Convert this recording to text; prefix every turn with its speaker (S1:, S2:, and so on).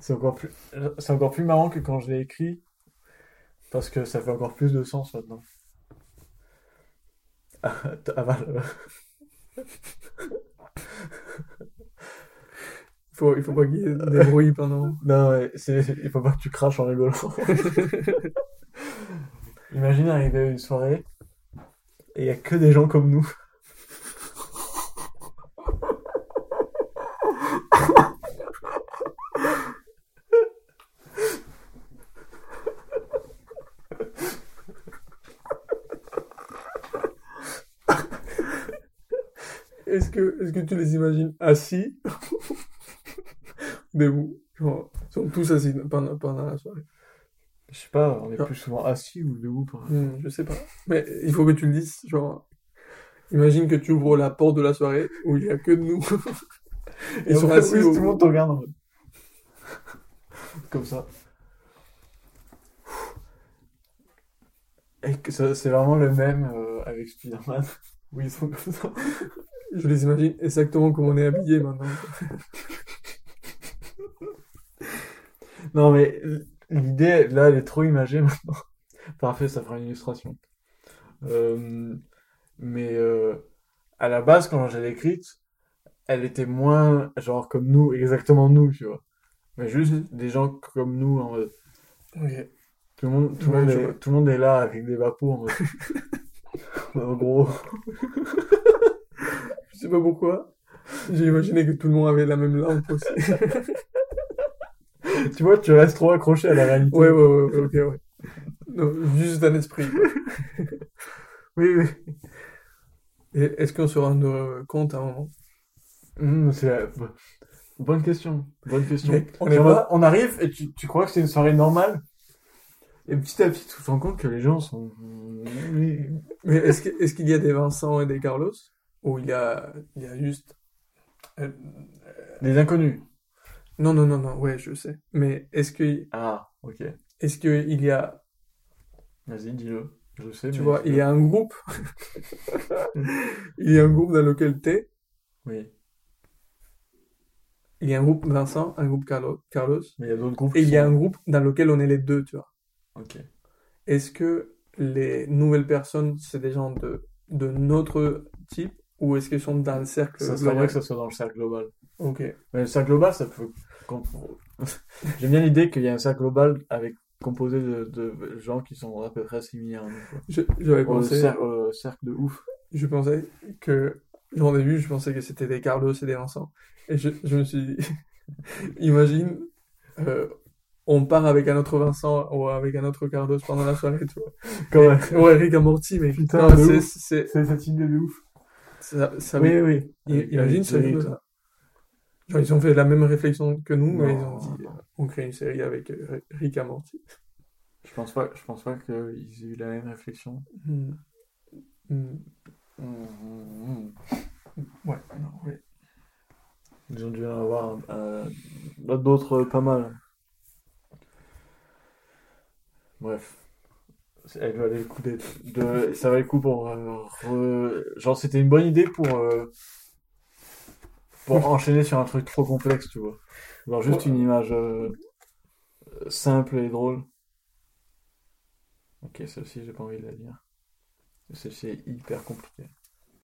S1: C'est encore, plus... c'est encore plus marrant que quand je l'ai écrit, parce que ça fait encore plus de sens maintenant. Ah, t- avale.
S2: Faut, il faut pas qu'il y ait des bruits pendant.
S1: Non, ouais, c'est... il faut pas que tu craches en rigolant. Imagine arriver à une soirée et il y a que des gens comme nous.
S2: Est-ce que, est-ce que tu les imagines assis Debout. Genre, ils sont tous assis pendant, pendant la soirée.
S1: Je sais pas, on est
S2: Ah.
S1: plus souvent assis ou debout. par-
S2: Hmm, je sais pas. Mais il faut que tu le dises. Genre, imagine que tu ouvres la porte de la soirée où il y a que de nous.
S1: Et
S2: Ils sont
S1: après,
S2: assis
S1: oui,
S2: au-
S1: tout le monde te regarde en mode. Comme ça. Et que ça- c'est vraiment le même euh, avec Spider-Man. Oui, ils sont comme ça.
S2: Je les imagine exactement comme on est habillés maintenant.
S1: Non, mais l'idée, là, elle est trop imagée maintenant. Parfait, ça fera une illustration. Euh, mais euh, à la base, quand je l'ai écrite, elle était moins, genre, comme nous, exactement nous, tu vois. Mais juste des gens comme nous, en mode,
S2: Ok.
S1: Tout le monde, tout le
S2: Ouais,
S1: monde
S2: je
S1: est,
S2: vois.
S1: tout le monde est là avec des vapos en mode. en gros.
S2: Je sais pas pourquoi. J'ai imaginé que tout le monde avait la même lampe aussi.
S1: Tu vois, tu restes trop accroché à la réalité.
S2: ouais, ouais, ouais, ouais, ok, ouais. Non, juste un esprit. quoi.
S1: Oui, oui.
S2: Et Est-ce qu'on se rend euh, compte à un moment
S1: Hum, c'est la- bo- Bonne question. Bonne question.
S2: Mec, on
S1: Tu
S2: est
S1: vois,
S2: pas-
S1: on arrive et tu, tu crois que c'est une soirée normale. Et petit à petit, tu te rends compte que les gens sont.
S2: Mais est-ce que- est-ce qu'il y a des Vincent et des Carlos Ou il y a, il y a juste. euh,
S1: Des inconnus.
S2: Non, non, non, non, ouais, je sais. Mais est-ce que
S1: Ah, ok.
S2: est-ce qu'il y a,
S1: Vas-y, dis-le. Je sais.
S2: tu
S1: mais-
S2: vois, il y a un groupe Il y a un groupe dans lequel t'es.
S1: Oui.
S2: Il y a un groupe Vincent, un groupe Carlo- Carlos.
S1: Mais il y a d'autres groupes.
S2: Et
S1: qui
S2: il y a
S1: sont-
S2: un groupe dans lequel on est les deux, tu vois.
S1: Ok.
S2: Est-ce que les nouvelles personnes, c'est des gens de, de notre type ou est-ce qu'ils sont dans le cercle
S1: Ça serait
S2: global
S1: bien que ça soit dans le cercle global.
S2: Ok.
S1: Mais Euh, le cercle global, ça peut. com- J'aime bien l'idée qu'il y a un cercle global avec composé de, de gens qui sont à peu près similaires. à nous, quoi.
S2: Je- J'avais
S1: Oh, le
S2: pensé,
S1: cer- euh, cercle de ouf.
S2: je pensais que, genre, au début, je pensais que c'était des Carlos et des Vincent. Et je, je me suis dit, imagine, euh, on part avec un autre Vincent ou avec un autre Carlos pendant la soirée, tu vois.
S1: Quand même.
S2: Ou Eric Amorti, mais
S1: Putain,
S2: Non,
S1: de
S2: c'est,
S1: ouf.
S2: c'est,
S1: C'est cette idée de ouf.
S2: ça, ça
S1: Ah Oui, oui.
S2: I-
S1: Avec-
S2: Imagine,
S1: avec
S2: ça vient
S1: Thierry
S2: de
S1: et
S2: là. Genre, ils ont fait la même réflexion que nous,
S1: tout.
S2: mais ils
S1: Non,
S2: ont dit
S1: non.
S2: on crée une série avec euh, Ri- Rick and Morty.
S1: Je pense pas, je pense pas qu'ils aient eu la même réflexion.
S2: Hmm. Hmm.
S1: Mmh, Ouais, non, ouais. Ils ont dû en avoir euh, d'autres euh, pas mal. Bref. C'est- Elle valait le coup d'être. De... Ça valait le coup pour. euh, re- Genre, c'était une bonne idée pour. euh, Pour enchaîner sur un truc trop complexe, tu vois. Genre, juste
S2: Ouais.
S1: une image euh, simple et drôle. Ok, celle-ci, j'ai pas envie de la lire. Celle-ci est hyper compliquée.